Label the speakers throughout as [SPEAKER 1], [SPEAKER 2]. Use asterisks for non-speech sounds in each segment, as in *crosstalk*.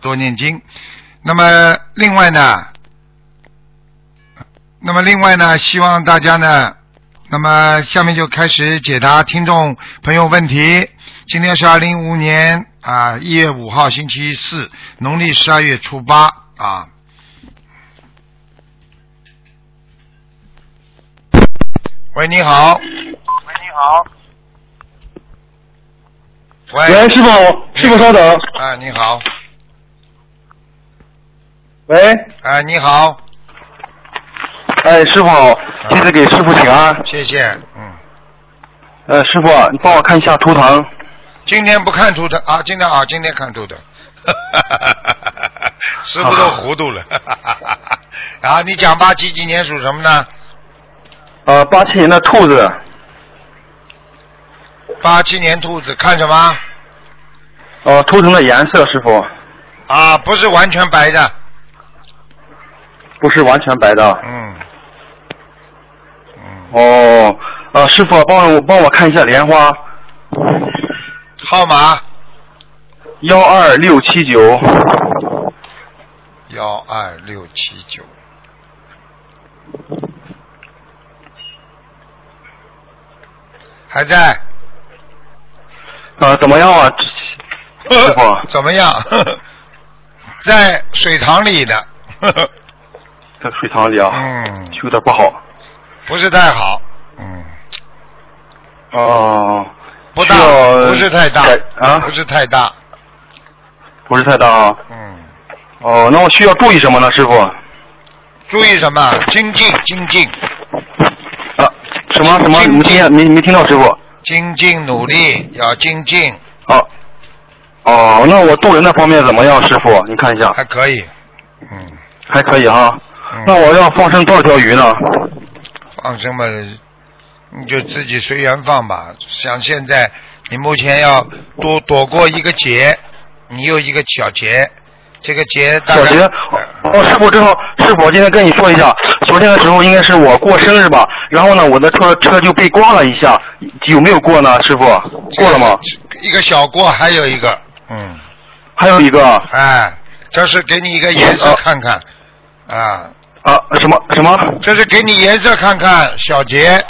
[SPEAKER 1] 多念经。那么另外呢，那么另外呢，希望大家呢，那么下面就开始解答听众朋友问题。今天是二零一五年啊一月五号星期四，农历十二月初八啊。喂，你好。
[SPEAKER 2] 喂，你好。
[SPEAKER 1] 喂，
[SPEAKER 3] 喂，师傅，
[SPEAKER 1] 哎
[SPEAKER 3] 师傅稍等。
[SPEAKER 1] 啊，你好。
[SPEAKER 3] 喂，
[SPEAKER 1] 啊，你好，
[SPEAKER 3] 哎，师傅，
[SPEAKER 1] 啊
[SPEAKER 3] 弟子给师傅请安。
[SPEAKER 1] 谢谢。嗯，
[SPEAKER 3] 呃，师傅，你帮我看一下图腾。
[SPEAKER 1] 今天不看图的啊，今天啊，今天看图的。 *laughs* 师傅都糊涂了。 *laughs* 啊，你讲吧，几几年属什么呢？
[SPEAKER 3] 呃，八七年的兔子，
[SPEAKER 1] 八七年兔子，看什么？
[SPEAKER 3] 呃，图腾的颜色，师傅
[SPEAKER 1] 啊，不是完全白的。
[SPEAKER 3] 不是完全白的。
[SPEAKER 1] 嗯。嗯，
[SPEAKER 3] 哦，呃，师傅帮我帮我看一下莲花，
[SPEAKER 1] 号码
[SPEAKER 3] 幺二六七九。
[SPEAKER 1] 幺二六七九。还在，
[SPEAKER 3] 呃，怎么样啊？
[SPEAKER 1] 呃 *laughs*
[SPEAKER 3] 师傅啊
[SPEAKER 1] 怎么样？在水塘里 *laughs* 的，
[SPEAKER 3] 在水塘里啊，
[SPEAKER 1] 嗯，
[SPEAKER 3] 修的不好。
[SPEAKER 1] 不是太好，嗯，
[SPEAKER 3] 哦、
[SPEAKER 1] 不大
[SPEAKER 3] 需，要
[SPEAKER 1] 不是太大
[SPEAKER 3] 改，啊
[SPEAKER 1] 不是太大，
[SPEAKER 3] 不是太大啊。
[SPEAKER 1] 嗯，
[SPEAKER 3] 哦，那我需要注意什么呢，师傅？
[SPEAKER 1] 注意什么？精进，精进，
[SPEAKER 3] 啊，什么什么？
[SPEAKER 1] 精
[SPEAKER 3] 没听没没听到，师傅。
[SPEAKER 1] 精进，努力，要精进，
[SPEAKER 3] 哦、哦，那我渡人那方面怎么样，师傅？你看一下，
[SPEAKER 1] 还可以，嗯，
[SPEAKER 3] 还可以哈。
[SPEAKER 1] 嗯
[SPEAKER 3] 那我要放生多少条鱼呢？
[SPEAKER 1] 放生嘛，你就自己随缘放吧。像现在，你目前要多躲过一个劫，你有一个小劫，这个劫大
[SPEAKER 3] 小
[SPEAKER 1] 概
[SPEAKER 3] 杰，哦，师傅，正好，师傅，我今天跟你说一下，昨天的时候应该是我过生日吧，然后呢，我的车车就被刮了一下，有没有过呢，师傅？过了吗？？
[SPEAKER 1] 一个小过，还有一个，嗯，
[SPEAKER 3] 还有一个啊，
[SPEAKER 1] 哎，这是给你一个颜
[SPEAKER 3] 哦
[SPEAKER 1] 色看看，啊，
[SPEAKER 3] 什么什么？
[SPEAKER 1] 这是给你颜色看看，小杰，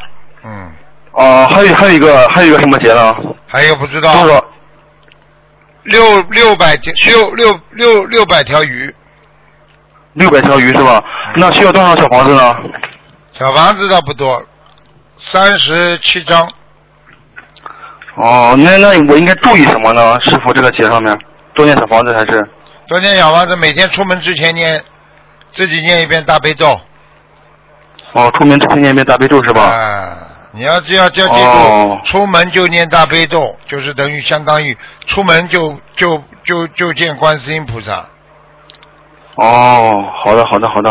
[SPEAKER 1] 嗯，
[SPEAKER 3] 哦，还有还有一个还有一个什么节呢？
[SPEAKER 1] 还有不知
[SPEAKER 3] 多
[SPEAKER 1] 道
[SPEAKER 3] 少？
[SPEAKER 1] 六六百条六六六六百条鱼，
[SPEAKER 3] 六百条鱼是吧？
[SPEAKER 1] 嗯
[SPEAKER 3] 那需要多少小房子呢？
[SPEAKER 1] 小房子倒不多，三十七张。
[SPEAKER 3] 哦，那那我应该注意什么呢？师傅，这个节上面多念小房子还是？
[SPEAKER 1] 昨天小房子每天出门之前念，自己念一遍大悲咒，
[SPEAKER 3] 哦，出门之前念一遍大悲咒是吧？
[SPEAKER 1] 啊，你要这样，要记住，
[SPEAKER 3] 哦
[SPEAKER 1] 出门就念大悲咒，就是等于相当于出门就就就就见观世音菩萨。
[SPEAKER 3] 哦，好的，好的，好的。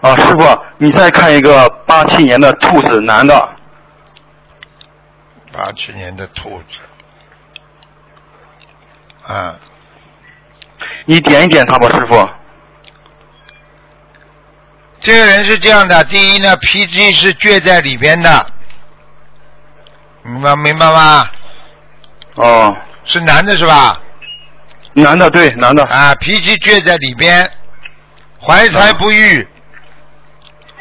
[SPEAKER 3] 啊，师傅，你再看一个八七年的兔子男的，
[SPEAKER 1] 八七年的兔子，啊，
[SPEAKER 3] 你点一点他吧，师傅。
[SPEAKER 1] 这个人是这样的，第一呢，脾气是倔在里边的，明白明白吗？
[SPEAKER 3] 哦，
[SPEAKER 1] 是男的是吧？
[SPEAKER 3] 男的，对，男的，
[SPEAKER 1] 啊，脾气倔在里边，怀才不遇。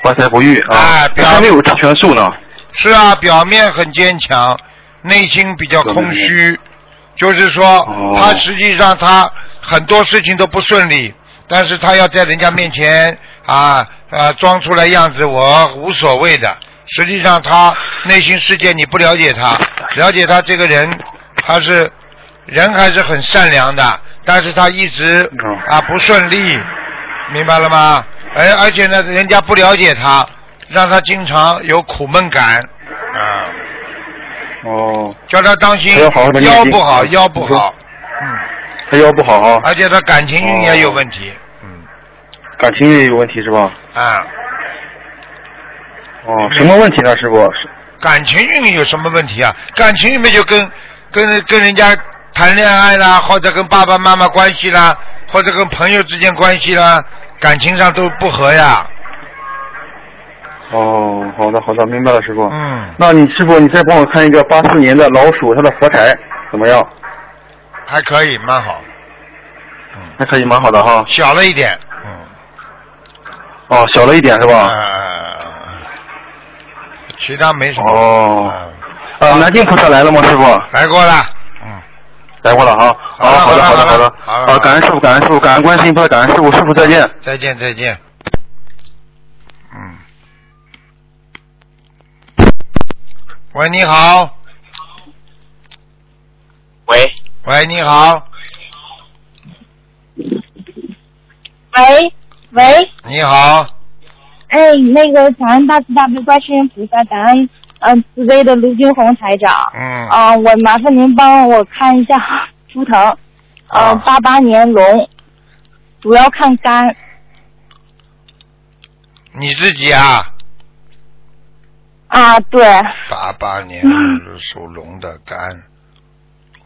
[SPEAKER 3] 怀才不遇啊
[SPEAKER 1] 哎，表
[SPEAKER 3] 还没有全素呢。
[SPEAKER 1] 是啊，表面很坚强，内心比较空虚，就是说
[SPEAKER 3] 哦
[SPEAKER 1] 他实际上他很多事情都不顺利，但是他要在人家面前啊啊装出来样子，我无所谓的。实际上他内心世界你不了解他，了解他这个人，他是人还是很善良的，但是他一直
[SPEAKER 3] 哦
[SPEAKER 1] 啊不顺利，明白了吗？而而且呢，人家不了解他，让他经常有苦闷感啊，
[SPEAKER 3] 哦，
[SPEAKER 1] 叫他当心
[SPEAKER 3] 还要好好地念
[SPEAKER 1] 腰
[SPEAKER 3] 经
[SPEAKER 1] 不好，
[SPEAKER 3] 嗯
[SPEAKER 1] 腰不
[SPEAKER 3] 你说
[SPEAKER 1] 好，嗯，
[SPEAKER 3] 他腰不好啊，
[SPEAKER 1] 而且他感情运也有问题，嗯
[SPEAKER 3] 感情也有问题是吧？
[SPEAKER 1] 啊，
[SPEAKER 3] 哦，什么问题呢，师傅？是
[SPEAKER 1] 感情运有什么问题啊？感情运嘛就跟跟跟人家谈恋爱啦，或者跟爸爸妈妈关系啦，或者跟朋友之间关系啦，感情上都不和呀，
[SPEAKER 3] 哦，好的，好的，明白了，师傅。
[SPEAKER 1] 嗯，
[SPEAKER 3] 那你师傅，你再帮我看一个八四年的老鼠，它的佛台怎么样？
[SPEAKER 1] 还可以，蛮好，
[SPEAKER 3] 那可以蛮好的哈。
[SPEAKER 1] 小了一点，嗯，
[SPEAKER 3] 哦，小了一点是吧？
[SPEAKER 1] 呃，其他没什么。
[SPEAKER 3] 哦
[SPEAKER 1] 嗯
[SPEAKER 3] 呃，南京菩萨来了吗，师傅？
[SPEAKER 1] 来过了，嗯，
[SPEAKER 3] 来过了哈。
[SPEAKER 1] 好了
[SPEAKER 3] 啊好的，
[SPEAKER 1] 好
[SPEAKER 3] 好
[SPEAKER 1] 了
[SPEAKER 3] 的，好
[SPEAKER 1] 好了好了
[SPEAKER 3] 啊，感恩师傅，感恩师傅，感恩观世音菩萨，感恩师傅，师傅再见。
[SPEAKER 1] 再见再见。嗯。喂，你好。
[SPEAKER 2] 喂
[SPEAKER 1] 喂，你好，
[SPEAKER 4] 喂喂，
[SPEAKER 1] 你好，
[SPEAKER 4] 哎，那个感恩大慈大悲观世音菩萨，感恩嗯、呃慈悲的卢军红台长，
[SPEAKER 1] 嗯，
[SPEAKER 4] 啊、我麻烦您帮我看一下图腾，呃
[SPEAKER 1] 啊，
[SPEAKER 4] 八八年龙，主要看肝，
[SPEAKER 1] 你自己啊，
[SPEAKER 4] 啊，对，
[SPEAKER 1] 八八年属龙的肝，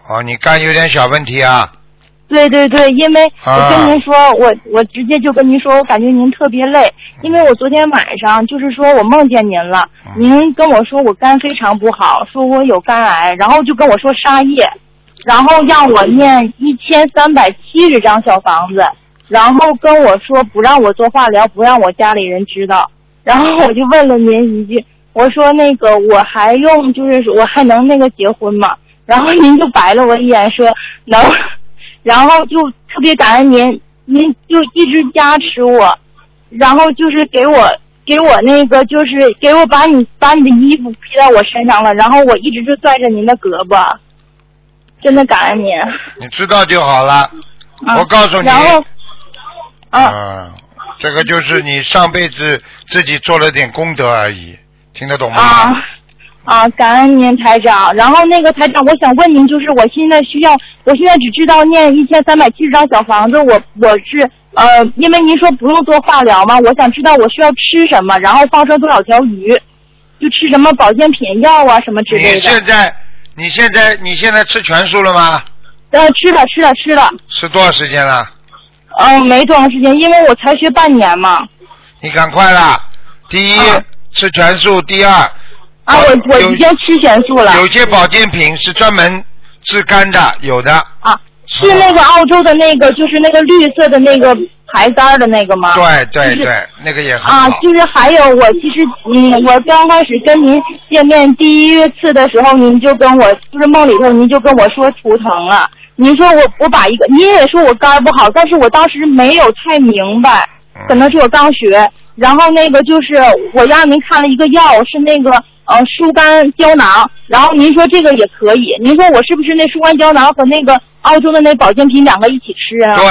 [SPEAKER 1] 哦，你肝有点小问题啊，
[SPEAKER 4] 对对对，因为
[SPEAKER 1] 啊
[SPEAKER 4] 我跟您说，我我直接就跟您说，我感觉您特别累，因为我昨天晚上就是说我梦见您了，
[SPEAKER 1] 嗯
[SPEAKER 4] 您跟我说我肝非常不好，说我有肝癌，然后就跟我说杀业，然后让我念一千三百七十张小房子，然后跟我说不让我做化疗，不让我家里人知道，然后我就问了您一句，我说那个我还用就是我还能那个结婚吗？然后您就白了我一眼说能，然后就特别感恩您，您就一直加持我，然后就是给我给我那个就是给我把你把你的衣服披在我身上了，然后我一直就拽着您的胳膊，真的感恩您。
[SPEAKER 1] 你知道就好了。
[SPEAKER 4] 啊
[SPEAKER 1] 我告诉你，
[SPEAKER 4] 然后，啊，
[SPEAKER 1] 嗯，这个就是你上辈子自己做了点功德而已，听得懂吗？
[SPEAKER 4] 啊啊！感恩您台长。然后那个台长，我想问您，就是我现在需要，我现在只知道念一千三百七十张小房子，我我是呃，因为您说不用做化疗嘛，我想知道我需要吃什么，然后放生多少条鱼，就吃什么保健品药啊什么之
[SPEAKER 1] 你
[SPEAKER 4] 类的。
[SPEAKER 1] 现在，你现在，你现在吃全素了吗？
[SPEAKER 4] 呃，吃了吃了吃了，
[SPEAKER 1] 吃多少时间了？
[SPEAKER 4] 嗯、没多长时间，因为我才学半年嘛。
[SPEAKER 1] 你赶快啦！第一，
[SPEAKER 4] 啊
[SPEAKER 1] 吃全素；第二，
[SPEAKER 4] 啊，我我
[SPEAKER 1] 有
[SPEAKER 4] 已经吃全素了。
[SPEAKER 1] 有些保健品是专门治肝的，有的。
[SPEAKER 4] 啊，是那个澳洲的那个，就是那个绿色的那个牌单儿的那个吗？
[SPEAKER 1] 嗯对对
[SPEAKER 4] 就是
[SPEAKER 1] 对，那个也很
[SPEAKER 4] 啊
[SPEAKER 1] 好。，
[SPEAKER 4] 就是还有我其实嗯，我刚开始跟您见面第一次的时候，您就跟我就是梦里头您就跟我说图腾了，您说我我把一个，您也说我肝儿不好，但是我当时没有太明白，可能是我刚学，然后那个就是我让您看了一个药是那个呃疏肝胶囊，然后您说这个也可以，您说我是不是那疏肝胶囊和那个澳洲的那保健品两个一起吃啊？
[SPEAKER 1] 对，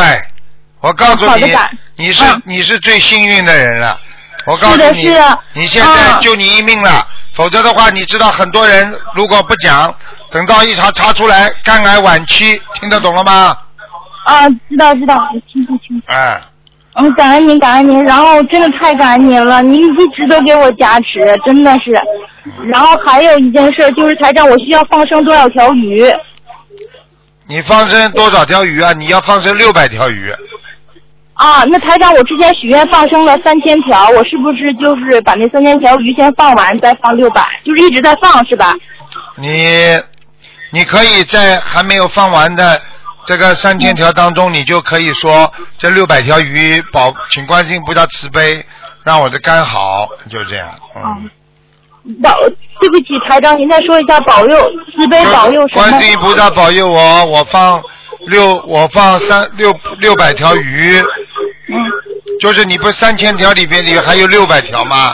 [SPEAKER 1] 我告诉
[SPEAKER 4] 好的
[SPEAKER 1] 你
[SPEAKER 4] 感，
[SPEAKER 1] 你是、
[SPEAKER 4] 嗯
[SPEAKER 1] 你是最幸运的人了。我告诉
[SPEAKER 4] 是的
[SPEAKER 1] 你，
[SPEAKER 4] 是的
[SPEAKER 1] 你现在
[SPEAKER 4] 嗯
[SPEAKER 1] 救你一命了，否则的话，你知道很多人如果不讲，等到一查查出来肝癌晚期，听得懂了吗？
[SPEAKER 4] 啊，知道知道，清楚清楚。
[SPEAKER 1] 哎、
[SPEAKER 4] 嗯，感恩您，感恩您，然后真的太感恩您了，您一直都给我加持，真的是。然后还有一件事就是台长，我需要放生多少条鱼？
[SPEAKER 1] 你放生多少条鱼啊？你要放生六百条鱼，
[SPEAKER 4] 啊，那台长，我之前许愿放生了三千条，我是不是就是把那三千条鱼先放完，再放六百，就是一直在放是吧？
[SPEAKER 1] 你你可以在还没有放完的这个三千条当中，你就可以说这六百条鱼保，请观世音菩萨慈悲，让我的肝好，就这样。嗯。
[SPEAKER 4] 哦保，对不起，台长，您再说一下保佑，慈悲保佑什么？
[SPEAKER 1] 观世音菩萨保佑我，我放六，我放三六六百条鱼，
[SPEAKER 4] 嗯，
[SPEAKER 1] 就是你不三千条里边里还有六百条吗？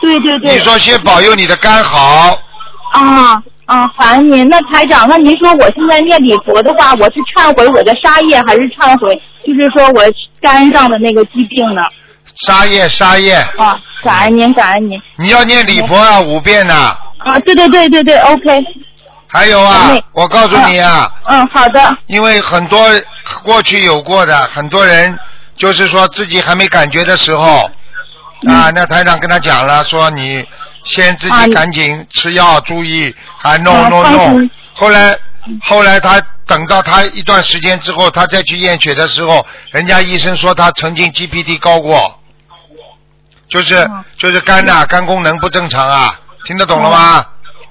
[SPEAKER 4] 对对对。
[SPEAKER 1] 你说先保佑你的肝好，
[SPEAKER 4] 啊啊，感恩您。那台长，那您说我现在念礼佛的话，我是忏悔我的杀业，还是忏悔就是说我肝上的那个疾病呢？
[SPEAKER 1] 杀业杀业，
[SPEAKER 4] 啊，感恩您，感恩您。
[SPEAKER 1] 你要念礼佛啊五遍呐、
[SPEAKER 4] 啊，对对对对对，OK，
[SPEAKER 1] 还有啊
[SPEAKER 4] 嗯，
[SPEAKER 1] 我告诉你啊，
[SPEAKER 4] 嗯，好的，
[SPEAKER 1] 因为很多过去有过的很多人，就是说自己还没感觉的时候，啊，那台长跟他讲了，说你先自
[SPEAKER 4] 嗯啊
[SPEAKER 1] 己
[SPEAKER 4] 你
[SPEAKER 1] 赶紧吃药，注意，还弄
[SPEAKER 4] 啊
[SPEAKER 1] 弄
[SPEAKER 4] 放
[SPEAKER 1] 弄
[SPEAKER 4] 心。
[SPEAKER 1] 后来，后来他等到他一段时间之后，他再去验血的时候，人家医生说他曾经 GPT 高过，就是
[SPEAKER 4] 嗯
[SPEAKER 1] 就是肝呐、肝功能不正常啊，听得懂了吗？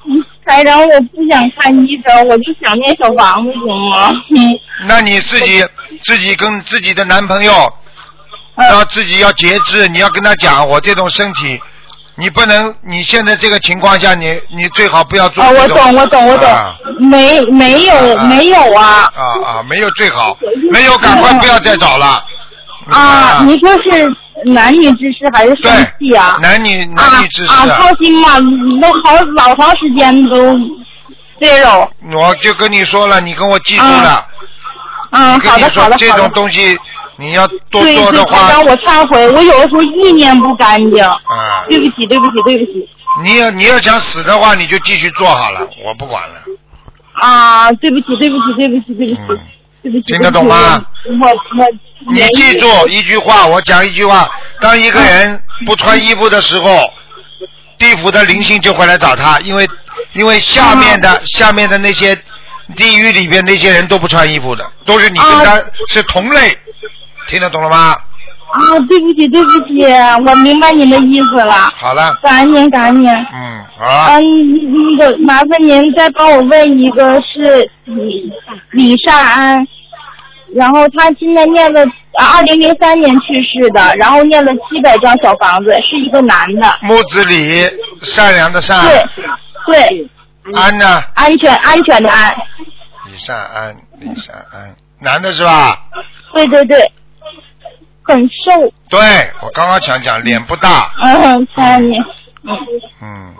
[SPEAKER 4] 嗯台长，我不想看医生，我就想念小房子，行吗？嗯，嗯
[SPEAKER 1] 那你自己自己跟自己的男朋友，
[SPEAKER 4] 啊
[SPEAKER 1] 要自己要节制，你要跟他讲，我这种身体，你不能，你现在这个情况下，你你最好不要做
[SPEAKER 4] 啊，
[SPEAKER 1] 这
[SPEAKER 4] 我
[SPEAKER 1] 种。
[SPEAKER 4] 懂，我懂，我懂
[SPEAKER 1] 啊，
[SPEAKER 4] 没没有
[SPEAKER 1] 啊
[SPEAKER 4] 没有啊
[SPEAKER 1] 啊啊，没有最好，没有赶快不要再找了。
[SPEAKER 4] 啊！您说是男女之事还是生
[SPEAKER 1] 对
[SPEAKER 4] 气啊？
[SPEAKER 1] 男女男
[SPEAKER 4] 啊
[SPEAKER 1] 女之事
[SPEAKER 4] 啊，操心嘛，都好老长时间都这种。
[SPEAKER 1] 我就跟你说了，你跟我记住了。
[SPEAKER 4] 嗯，
[SPEAKER 1] 我跟
[SPEAKER 4] 好
[SPEAKER 1] 你
[SPEAKER 4] 的，好
[SPEAKER 1] 说
[SPEAKER 4] 的，
[SPEAKER 1] 这
[SPEAKER 4] 好
[SPEAKER 1] 种
[SPEAKER 4] 的。
[SPEAKER 1] 东西你要多
[SPEAKER 4] 对
[SPEAKER 1] 做
[SPEAKER 4] 对，
[SPEAKER 1] 的
[SPEAKER 4] 台
[SPEAKER 1] 话
[SPEAKER 4] 长，，我忏悔，我有的时候意念不干净。
[SPEAKER 1] 啊，
[SPEAKER 4] 对不起，对不起，对不起。
[SPEAKER 1] 你要你要想死的话，你就继续做好了，我不管了。
[SPEAKER 4] 啊，对不起，对不起，对不起，对不起，
[SPEAKER 1] 嗯，
[SPEAKER 4] 对不起。
[SPEAKER 1] 听得懂吗
[SPEAKER 4] 对不起？我我
[SPEAKER 1] 你记住一句话，我讲一句话：当一个人不穿衣服的时候，地府的灵性就会来找他，因为因为下面的下面的那些地狱里边那些人都不穿衣服的，都是你跟他是同类，听得懂了吗？
[SPEAKER 4] 啊，对不起，对不起，我明白您的意思了。
[SPEAKER 1] 好了，
[SPEAKER 4] 感恩您，感恩您。
[SPEAKER 1] 嗯，好了。
[SPEAKER 4] 嗯，那个麻烦您再帮我问一个是李李善安，然后他今年念了啊，二零零三年去世的，然后念了七百张小房子，是一个男的，
[SPEAKER 1] 木子李，善良的善，
[SPEAKER 4] 对对，
[SPEAKER 1] 安呢？
[SPEAKER 4] 安全安全的安，
[SPEAKER 1] 李善安，李善安，男的是吧？
[SPEAKER 4] 对对对，很瘦，
[SPEAKER 1] 对，我刚刚想讲脸不大，
[SPEAKER 4] 嗯，感恩您，嗯
[SPEAKER 1] 嗯，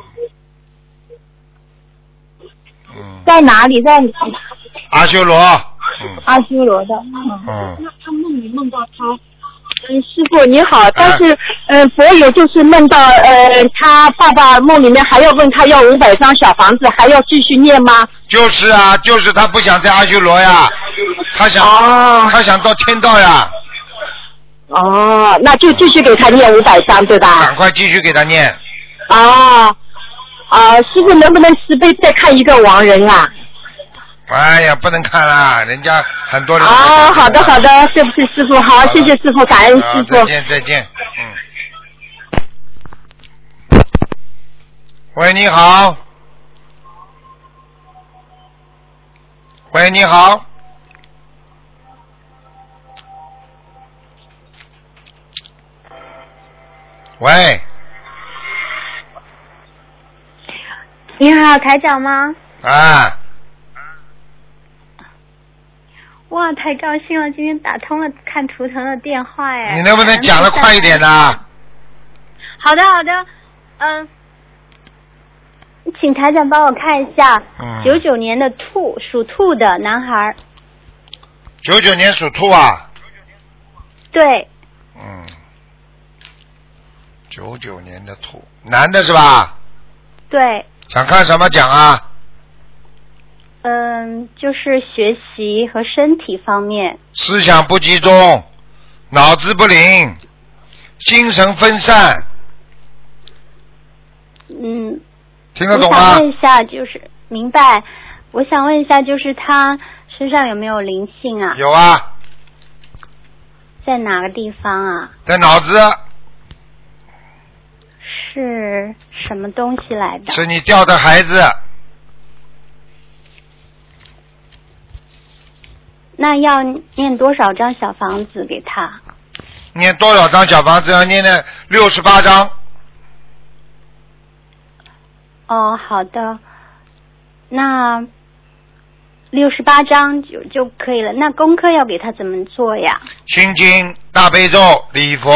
[SPEAKER 1] 嗯，
[SPEAKER 4] 在哪里？在
[SPEAKER 1] 阿修罗，嗯
[SPEAKER 4] 阿修罗的，嗯。
[SPEAKER 1] 嗯，
[SPEAKER 2] 他梦里梦到他。嗯，师傅您好，
[SPEAKER 1] 但
[SPEAKER 2] 但
[SPEAKER 1] 是
[SPEAKER 2] 是，呃，佛友就是梦到，呃，他爸爸梦里面还要问他要五百张小房子，还要继续念吗？
[SPEAKER 1] 就是啊，就是他不想在阿修罗呀，他想、
[SPEAKER 2] 哦
[SPEAKER 1] 他想到天道呀，
[SPEAKER 2] 哦，那就继续给他念五百张，对吧？
[SPEAKER 1] 赶快继续给他念，
[SPEAKER 2] 哦，啊，师傅能不能慈悲再看一个亡人啊？
[SPEAKER 1] 哎呀，不能看啦，人家很多人
[SPEAKER 2] 哦，好的好的，对不起师傅，好，谢谢师傅，感恩
[SPEAKER 1] 啊
[SPEAKER 2] 师傅
[SPEAKER 1] 再。见再见，嗯。喂，你好。喂，你好。喂，
[SPEAKER 5] 你好，台长吗？
[SPEAKER 1] 啊，
[SPEAKER 5] 哇，太高兴了！今天打通了看图腾的电话哎。
[SPEAKER 1] 你能不能讲的快一点呢、
[SPEAKER 5] 好的，好的，嗯，请台长帮我看一下，
[SPEAKER 1] 嗯
[SPEAKER 5] 九九年的兔，属兔的男孩儿，
[SPEAKER 1] 九九年属兔啊，
[SPEAKER 5] 对，
[SPEAKER 1] 嗯，九九年的兔，男的是吧？
[SPEAKER 5] 对，
[SPEAKER 1] 想看什么讲啊？
[SPEAKER 5] 嗯，就是学习和身体方面，
[SPEAKER 1] 思想不集中，脑子不灵，精神分散，
[SPEAKER 5] 嗯，
[SPEAKER 1] 听
[SPEAKER 5] 我
[SPEAKER 1] 得懂吗
[SPEAKER 5] 想？问一下，就是明白，我想问一下，就是他身上有没有灵性啊？
[SPEAKER 1] 有啊，
[SPEAKER 5] 在哪个地方啊？
[SPEAKER 1] 在脑子
[SPEAKER 5] 是什么东西来的？
[SPEAKER 1] 是你掉的孩子，
[SPEAKER 5] 那要念多少张小房子给他？
[SPEAKER 1] 念多少张小房子？要念了六十八张，
[SPEAKER 5] 哦，好的，那六十八张就就可以了。那功课要给他怎么做呀？
[SPEAKER 1] 心经、大悲咒、礼佛。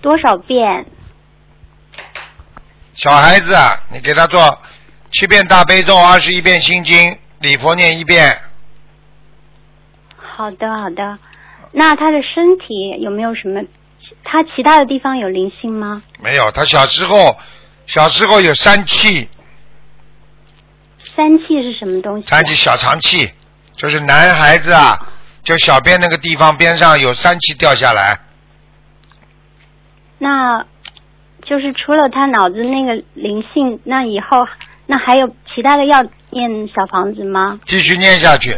[SPEAKER 5] 多少遍？
[SPEAKER 1] 小孩子啊，你给他做七遍大悲咒，二十一遍心经，礼佛念一遍。
[SPEAKER 5] 好的，好的。那他的身体有没有什么？他其他的地方有灵性吗？
[SPEAKER 1] 没有，他小时候小时候有三气，
[SPEAKER 5] 三气是什么东西？
[SPEAKER 1] 三气小肠气，就是男孩子啊，就小便那个地方边上有三气掉下来。
[SPEAKER 5] 那就是除了他脑子那个灵性，那以后那还有其他的要念小房子吗？
[SPEAKER 1] 继续念下去。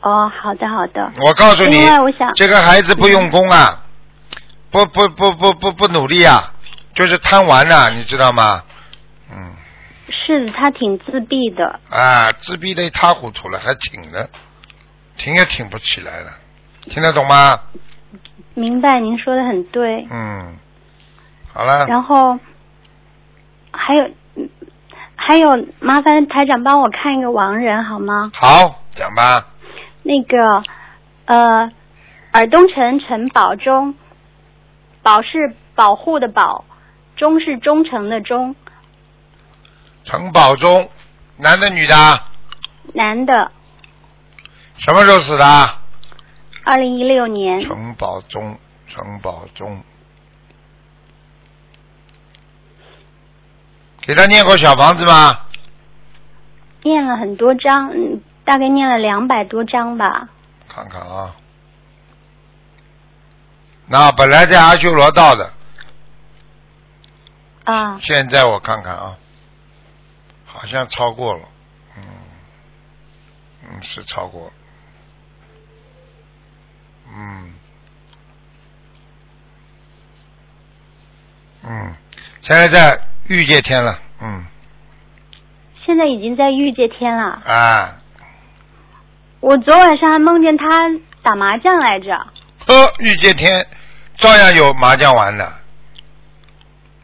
[SPEAKER 5] 哦，好的，好的。
[SPEAKER 1] 我告诉你
[SPEAKER 5] 另外，我想
[SPEAKER 1] 这个孩子不用功啊，不不不不不不努力啊，就是贪玩呐、你知道吗？嗯，
[SPEAKER 5] 是的，他挺自闭的。
[SPEAKER 1] 啊，自闭的一塌糊涂了，还挺呢。挺也挺不起来了，听得懂吗？
[SPEAKER 5] 明白，您说的很对。
[SPEAKER 1] 嗯，好了，
[SPEAKER 5] 然后还有，嗯还有，麻烦台长帮我看一个亡人好吗？
[SPEAKER 1] 好，讲吧。
[SPEAKER 5] 那个，呃，尔东城城堡中，保是保护的保，忠是忠诚的忠，
[SPEAKER 1] 陈宝忠，男的女的啊？
[SPEAKER 5] 男的，
[SPEAKER 1] 什么时候死的啊？
[SPEAKER 5] 二零一六年，
[SPEAKER 1] 陈宝忠，陈宝忠，给他念过小房子吗？
[SPEAKER 5] 念了很多章，嗯，大概念了两百多章吧。
[SPEAKER 1] 看看啊。那本来在阿修罗道的，
[SPEAKER 5] 啊，
[SPEAKER 1] 现在我看看啊，好像超过了，嗯，嗯，是超过了，嗯，嗯，现在在御界天了，嗯，
[SPEAKER 5] 现在已经在御界天了。
[SPEAKER 1] 啊，
[SPEAKER 5] 我昨晚上还梦见他打麻将来着。
[SPEAKER 1] 呵，御界天照样有麻将玩的，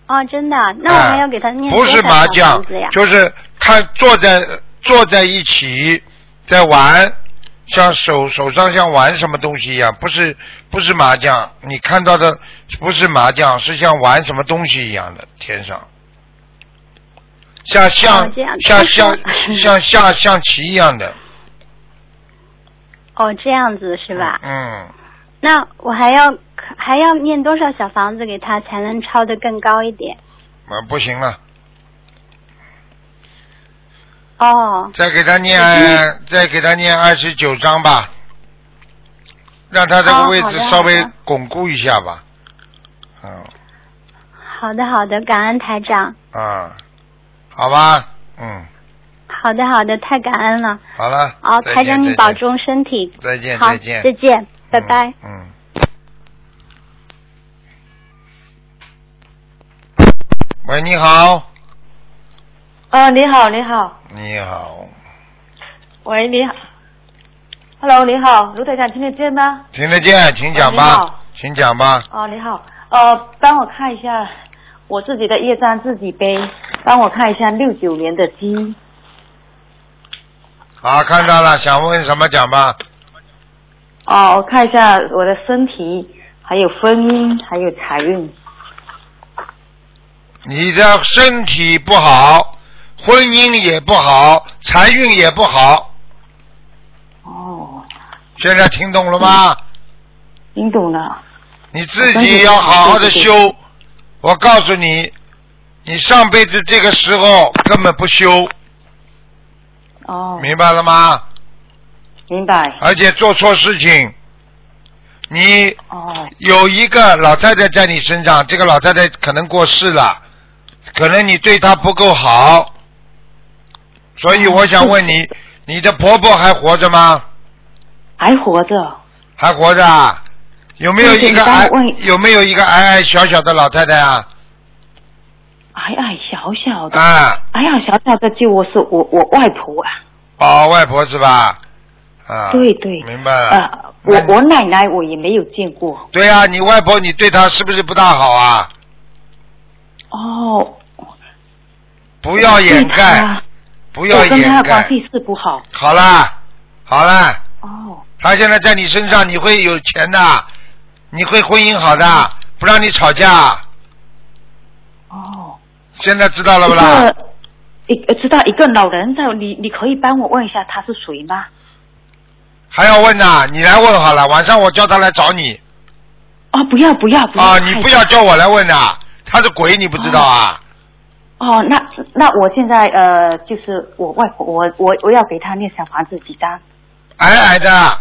[SPEAKER 5] 哦，真的啊？那我还要给他念、
[SPEAKER 1] 哎不是麻将
[SPEAKER 5] 子呀，？
[SPEAKER 1] 就是看坐在坐在一起在玩，像手手上像玩什么东西一样，不是不是麻将，你看到的不是麻将，是像玩什么东西一样的天上，像像、
[SPEAKER 5] 哦这样
[SPEAKER 1] 像
[SPEAKER 5] 他说
[SPEAKER 1] 像像
[SPEAKER 5] *laughs*
[SPEAKER 1] 下象棋一样的，
[SPEAKER 5] 哦，这样子是吧？
[SPEAKER 1] 嗯，
[SPEAKER 5] 那我还要还要念多少小房子给他才能抄得更高一点？
[SPEAKER 1] 啊不行了，
[SPEAKER 5] 哦，
[SPEAKER 1] 再给他念，
[SPEAKER 5] 嗯
[SPEAKER 1] 再给他念二十九章吧，让他这个
[SPEAKER 5] 哦
[SPEAKER 1] 位
[SPEAKER 5] 好
[SPEAKER 1] 置
[SPEAKER 5] 的
[SPEAKER 1] 稍
[SPEAKER 5] 好
[SPEAKER 1] 微
[SPEAKER 5] 的
[SPEAKER 1] 巩固一下吧。嗯
[SPEAKER 5] 好的好的，感恩台长。
[SPEAKER 1] 啊，好吧，嗯，
[SPEAKER 5] 好的好的，太感恩了。
[SPEAKER 1] 好了。
[SPEAKER 5] 哦，
[SPEAKER 1] 再见
[SPEAKER 5] 台长你
[SPEAKER 1] 再见
[SPEAKER 5] 保重身体。
[SPEAKER 1] 再见，
[SPEAKER 5] 好，
[SPEAKER 1] 再见，
[SPEAKER 5] 再见，拜拜。
[SPEAKER 1] 嗯。嗯喂，你好，
[SPEAKER 6] 啊，你好，你好，
[SPEAKER 1] 你好，
[SPEAKER 6] 喂，你好，Hello，你好，卢台长听得见吗？
[SPEAKER 1] 听得见，请讲
[SPEAKER 5] 哦
[SPEAKER 6] 喂你
[SPEAKER 1] 吧
[SPEAKER 6] 好，
[SPEAKER 1] 请讲吧。
[SPEAKER 6] 哦，你好，呃，帮我看一下我自己的业障自己背，帮我看一下六九年的鸡，
[SPEAKER 1] 好，看到了，想问什么讲吧。
[SPEAKER 6] 哦，我看一下我的身体，还有婚姻，还有财运，
[SPEAKER 1] 你的身体不好，婚姻也不好，财运也不好，
[SPEAKER 6] 哦，
[SPEAKER 1] 现在听懂了吗？
[SPEAKER 6] 听懂了，
[SPEAKER 1] 你自己要好好的修。我告诉你，你上辈子这个时候根本不修，
[SPEAKER 6] 哦，
[SPEAKER 1] 明白了吗？
[SPEAKER 6] 明白，
[SPEAKER 1] 而且做错事情，你
[SPEAKER 6] 哦，
[SPEAKER 1] 有一个老太太在你身上，这个老太太可能过世了，可能你对她不够好，所以我想问你，你的婆婆还活着吗？
[SPEAKER 6] 还活着，
[SPEAKER 1] 还活着啊？有没有一个
[SPEAKER 6] 对对
[SPEAKER 1] 矮
[SPEAKER 6] 你帮我问
[SPEAKER 1] 有没有一个矮矮小小的老太太啊？
[SPEAKER 6] 矮矮小小的，
[SPEAKER 1] 啊，
[SPEAKER 6] 矮矮小小的就我是我我外婆啊，
[SPEAKER 1] 哦，外婆是吧？啊，
[SPEAKER 6] 对对
[SPEAKER 1] 明白了。
[SPEAKER 6] 呃，我
[SPEAKER 1] 那
[SPEAKER 6] 我奶奶我也没有见过。
[SPEAKER 1] 对啊，你外婆你对她是不是不大好啊？
[SPEAKER 6] 哦，
[SPEAKER 1] 不要掩盖，不
[SPEAKER 6] 不
[SPEAKER 1] 要
[SPEAKER 6] 嗯我跟他
[SPEAKER 1] 掩
[SPEAKER 6] 的关
[SPEAKER 1] 盖。
[SPEAKER 6] 系是不好。
[SPEAKER 1] 好啦，好啦，
[SPEAKER 6] 哦，
[SPEAKER 1] 她现在在你身上，你会有钱的，你会婚姻好的，不让你吵架。
[SPEAKER 6] 哦，
[SPEAKER 1] 现在知道了不
[SPEAKER 6] 一
[SPEAKER 1] 啦？
[SPEAKER 6] 个一呃知道一个老人在，你你可以帮我问一下他是谁吗？
[SPEAKER 1] 还要问呐、你来问好了，晚上我叫她来找你。
[SPEAKER 6] 哦，不要不要不要。
[SPEAKER 1] 啊，你
[SPEAKER 6] 太
[SPEAKER 1] 不要叫我来问呐、他是鬼，你不知道啊？
[SPEAKER 6] 哦，那那我现在呃，就是我外婆，我我我要给他念小房子几张。啊
[SPEAKER 1] 矮哎矮的，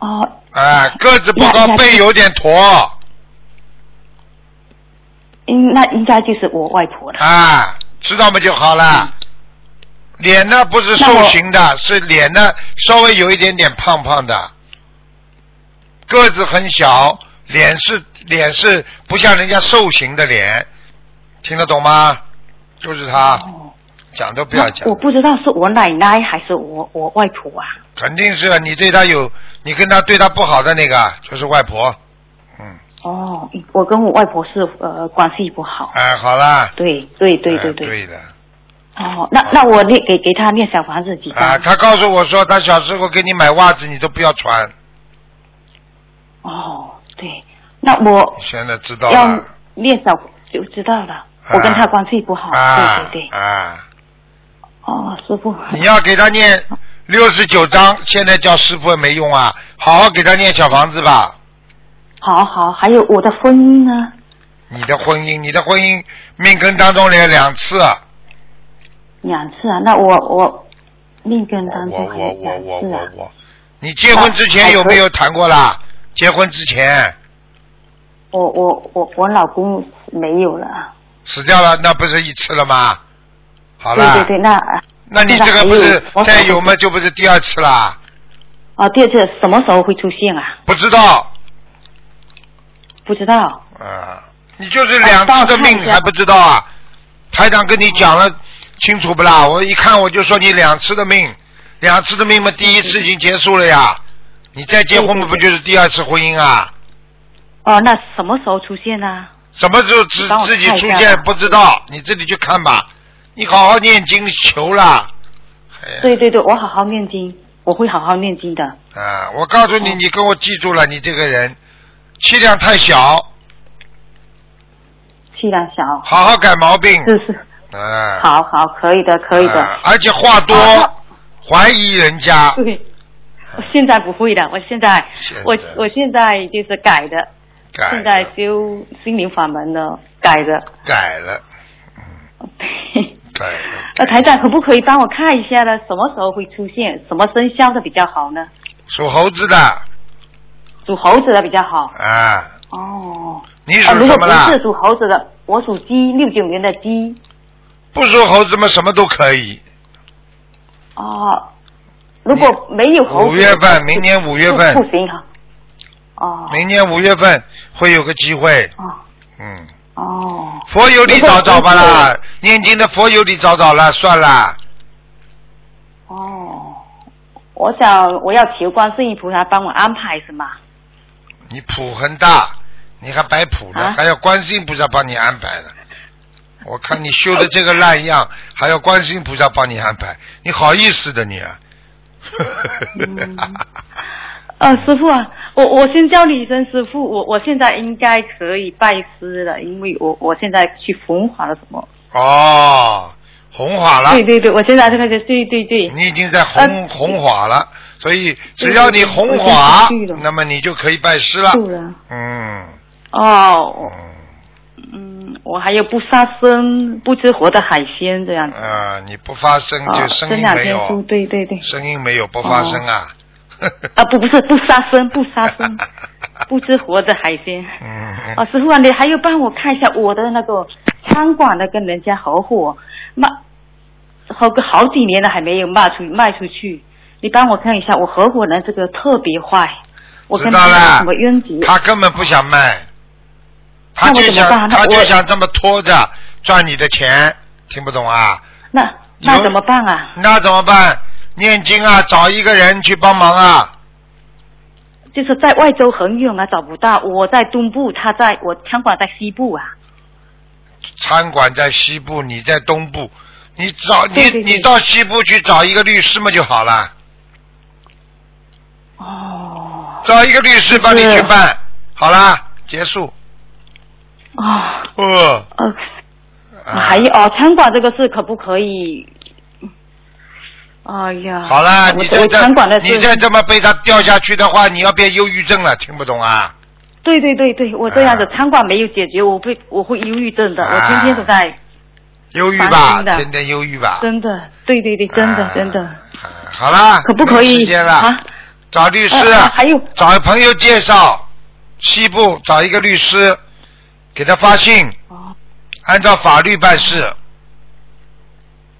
[SPEAKER 6] 哦，
[SPEAKER 1] 哎，个子不高
[SPEAKER 6] 呀，呀
[SPEAKER 1] 背有点驼，
[SPEAKER 6] 应那应该就是我外婆了。
[SPEAKER 1] 啊，知道吗就好了。脸呢不是
[SPEAKER 6] 嗯那
[SPEAKER 1] 瘦
[SPEAKER 6] 我
[SPEAKER 1] 型的，是脸呢稍微有一点点胖胖的，个子很小，脸是脸是不像人家瘦型的脸，听得懂吗？就是他，
[SPEAKER 6] 哦，
[SPEAKER 1] 讲啊都不要讲
[SPEAKER 6] 我，不知道是我奶奶还是我我外婆啊。
[SPEAKER 1] 肯定是你对他有，你跟他对他不好的那个就是外婆，嗯，
[SPEAKER 6] 哦，我跟我外婆是呃关系不好。
[SPEAKER 1] 哎，好啦，
[SPEAKER 6] 对对对对
[SPEAKER 1] 哎
[SPEAKER 6] 对。
[SPEAKER 1] 对的，
[SPEAKER 6] 哦，那那我念给给他念小房子几张？
[SPEAKER 1] 啊，他告诉我说，他小时候给你买袜子，你都不要穿，
[SPEAKER 6] 哦，对，那我
[SPEAKER 1] 现在知道
[SPEAKER 6] 要哦
[SPEAKER 1] 了，
[SPEAKER 6] 念小就知道了。我跟他关系不好，
[SPEAKER 1] 啊
[SPEAKER 6] 对对对。
[SPEAKER 1] 啊，
[SPEAKER 6] 哦，师傅。
[SPEAKER 1] 你要给他念六十九章，现在叫师傅没用啊，好好给他念小房子吧。
[SPEAKER 6] 好好，还有我的婚姻呢？
[SPEAKER 1] 你的婚姻，你的婚姻命根当中连两次，
[SPEAKER 6] 两次啊，那我我命根
[SPEAKER 1] 我
[SPEAKER 6] 当
[SPEAKER 1] 我
[SPEAKER 6] 中还有
[SPEAKER 1] 我我我
[SPEAKER 6] 两次啊
[SPEAKER 1] 我我，你结婚之前有没有谈过啦？结婚之前
[SPEAKER 6] 我我我我老公没有了啊。
[SPEAKER 1] 死掉了，那不是一次了吗？好
[SPEAKER 6] 对
[SPEAKER 1] 了，
[SPEAKER 6] 对对，嗯那啊
[SPEAKER 1] 那你这个不是
[SPEAKER 6] 那还有
[SPEAKER 1] 再有嘛，就不是第二次啦？
[SPEAKER 6] 哦，第二次什么时候会出现啊？
[SPEAKER 1] 不知道
[SPEAKER 6] 不知道。
[SPEAKER 1] 啊、你就是
[SPEAKER 6] 哎
[SPEAKER 1] 两次的命还不知道啊？台长跟你讲了清楚不啦？我一看我就说你两次的命，两次的命嘛，第一次已经结束了呀，你再结婚嘛，不就是第二次婚姻啊？
[SPEAKER 6] 哦，那什么时候出现啊呢？
[SPEAKER 1] 什么时候自
[SPEAKER 6] 你帮我
[SPEAKER 1] 自己
[SPEAKER 6] 看一
[SPEAKER 1] 出
[SPEAKER 6] 下
[SPEAKER 1] 现
[SPEAKER 6] 吧
[SPEAKER 1] 不知道，你自己去看吧。你好好念经求啦。哎呀
[SPEAKER 6] 对对对，我好好念经，我会好好念经的。
[SPEAKER 1] 啊，我告诉你，
[SPEAKER 6] 嗯
[SPEAKER 1] 你跟我记住了，你这个人气量太小，
[SPEAKER 6] 气量小，
[SPEAKER 1] 好好改毛病。
[SPEAKER 6] *laughs* 是是，
[SPEAKER 1] 啊，
[SPEAKER 6] 好好，可以的，可以的。
[SPEAKER 1] 啊而且话多
[SPEAKER 6] 啊，
[SPEAKER 1] 怀疑人家。
[SPEAKER 6] 对，我现在不会的，我现在
[SPEAKER 1] 现在
[SPEAKER 6] 我我现在就是改的，
[SPEAKER 1] 改
[SPEAKER 6] 现在
[SPEAKER 1] 了
[SPEAKER 6] 修心灵法门的，改的。
[SPEAKER 1] *laughs* 改了，
[SPEAKER 6] 对
[SPEAKER 1] 改了。
[SPEAKER 6] 呃，台长可不可以帮我看一下呢？什么时候会出现？什么生肖的比较好呢？
[SPEAKER 1] 属猴子的
[SPEAKER 6] 属猴子的比较好。
[SPEAKER 1] 啊，
[SPEAKER 6] 哦，
[SPEAKER 1] 你
[SPEAKER 6] 啊，
[SPEAKER 1] 属
[SPEAKER 6] 如果
[SPEAKER 1] 什么
[SPEAKER 6] 不
[SPEAKER 1] 啦？
[SPEAKER 6] 是属猴子的，我属鸡，六九年的鸡。
[SPEAKER 1] 不属猴子嘛，什么都可以。
[SPEAKER 6] 哦，如果没有猴子，
[SPEAKER 1] 五月份，明年五月
[SPEAKER 6] 不
[SPEAKER 1] 份
[SPEAKER 6] 不，行哈。哦
[SPEAKER 1] 明年五月份会有个机会。
[SPEAKER 6] 哦
[SPEAKER 1] 嗯，
[SPEAKER 6] 哦
[SPEAKER 1] 佛友里找找吧啦，念经的佛友里找找啦，算啦。
[SPEAKER 6] 哦，我想我要求观世音菩萨帮我安排是吗？
[SPEAKER 1] 你谱很大，你还白谱呢，
[SPEAKER 6] 啊
[SPEAKER 1] 还要观世音菩萨帮你安排呢。我看你修的这个烂样，还要观世音菩萨帮你安排，你好意思的你啊！
[SPEAKER 6] 嗯
[SPEAKER 1] *laughs*
[SPEAKER 6] 呃，师傅啊，我我先叫你一声师傅，我我现在应该可以拜师了，因为我我现在去红华了什么？
[SPEAKER 1] 哦，红火了
[SPEAKER 6] 对，对对，我现在这个就对对对，
[SPEAKER 1] 你已经在红
[SPEAKER 6] 呃
[SPEAKER 1] 红火了，所以只要你红火
[SPEAKER 6] 我已经去了，
[SPEAKER 1] 那么你就可以拜师了。
[SPEAKER 6] 住了。
[SPEAKER 1] 嗯
[SPEAKER 6] 哦，
[SPEAKER 1] 嗯。
[SPEAKER 6] 嗯，我还有不杀生、不吃活的海鲜这样子。
[SPEAKER 1] 啊，你不发声
[SPEAKER 6] 哦
[SPEAKER 1] 就声
[SPEAKER 6] 这
[SPEAKER 1] 音
[SPEAKER 6] 两
[SPEAKER 1] 没
[SPEAKER 6] 天
[SPEAKER 1] 有
[SPEAKER 6] 住，，对对对。
[SPEAKER 1] 声音没有不发声啊。
[SPEAKER 6] 啊，不不是不杀生，不杀
[SPEAKER 1] *laughs*
[SPEAKER 6] 生，哦不吃活的海鲜。
[SPEAKER 1] 嗯，
[SPEAKER 6] 哦，师傅啊，你还要帮我看一下我的那个餐馆的跟人家合伙卖，好个好几年了还没有卖出卖出去，你帮我看一下，我合伙人这个特别坏，我
[SPEAKER 1] 知
[SPEAKER 6] 跟
[SPEAKER 1] 道
[SPEAKER 6] 他有
[SPEAKER 1] 了啊
[SPEAKER 6] 什么冤结？
[SPEAKER 1] 他根本不想卖，他
[SPEAKER 6] 那我
[SPEAKER 1] 就
[SPEAKER 6] 怎么
[SPEAKER 1] 想
[SPEAKER 6] 办那
[SPEAKER 1] 他就
[SPEAKER 6] 我
[SPEAKER 1] 想这么拖着赚你的钱，听不懂啊？
[SPEAKER 6] 那那怎么办啊？
[SPEAKER 1] 那怎么办？念经啊，找一个人去帮忙啊。
[SPEAKER 6] 就是在外州很远啊，找不到，我在东部，他在我餐馆在西部啊。
[SPEAKER 1] 餐馆在西部，你在东部，你找你
[SPEAKER 6] 对对对
[SPEAKER 1] 你到西部去找一个律师嘛就好了，
[SPEAKER 6] 哦
[SPEAKER 1] 找一个律师帮你
[SPEAKER 6] 是
[SPEAKER 1] 去办，好啦，结束。
[SPEAKER 6] 哦
[SPEAKER 1] 哦，
[SPEAKER 6] 呃，
[SPEAKER 1] 啊
[SPEAKER 6] 还有哦，餐馆这个事可不可以？哎呀，
[SPEAKER 1] 好了，
[SPEAKER 6] 我
[SPEAKER 1] 你再
[SPEAKER 6] 我
[SPEAKER 1] 这
[SPEAKER 6] 餐馆的
[SPEAKER 1] 你
[SPEAKER 6] 事，
[SPEAKER 1] 再这么被他掉下去的话，你要变忧郁症了，听不懂啊？
[SPEAKER 6] 对对对对，我这样子
[SPEAKER 1] 啊
[SPEAKER 6] 餐馆没有解决，我会我会忧郁症的，
[SPEAKER 1] 啊
[SPEAKER 6] 我天天都在，
[SPEAKER 1] 忧郁吧，
[SPEAKER 6] 烦心的
[SPEAKER 1] 天天忧郁吧，
[SPEAKER 6] 真的，对对对，真的
[SPEAKER 1] 啊
[SPEAKER 6] 真的，
[SPEAKER 1] 啊好啦，
[SPEAKER 6] 可不可
[SPEAKER 1] 没
[SPEAKER 6] 以
[SPEAKER 1] 时间
[SPEAKER 6] 啊
[SPEAKER 1] 了，？找律师啊
[SPEAKER 6] 呃呃，还有
[SPEAKER 1] 找朋友介绍，西部找一个律师，给他发信，
[SPEAKER 6] 哦，
[SPEAKER 1] 按照法律办事，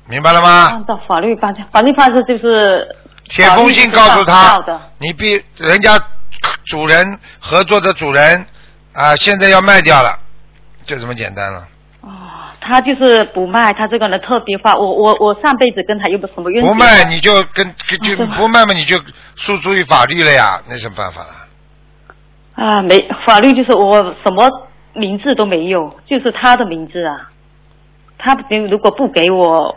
[SPEAKER 1] 明白了吗？
[SPEAKER 6] 按照法律办事，法律办事就是
[SPEAKER 1] 写封信告诉
[SPEAKER 6] 法
[SPEAKER 1] 他
[SPEAKER 6] 律知道的，
[SPEAKER 1] 你必人家主人合作的主人啊，现在要卖掉了，就这么简单了。
[SPEAKER 6] 哦，他就是不卖，他这个人特别坏。我我我上辈子跟他又不什么冤结。
[SPEAKER 1] 不卖你就跟跟
[SPEAKER 6] 啊
[SPEAKER 1] 就
[SPEAKER 6] 对吧
[SPEAKER 1] 不卖嘛，你就诉诸于法律了呀，那什么办法了？
[SPEAKER 6] 啊，没法律就是我什么名字都没有，就是他的名字啊。他如果不给我，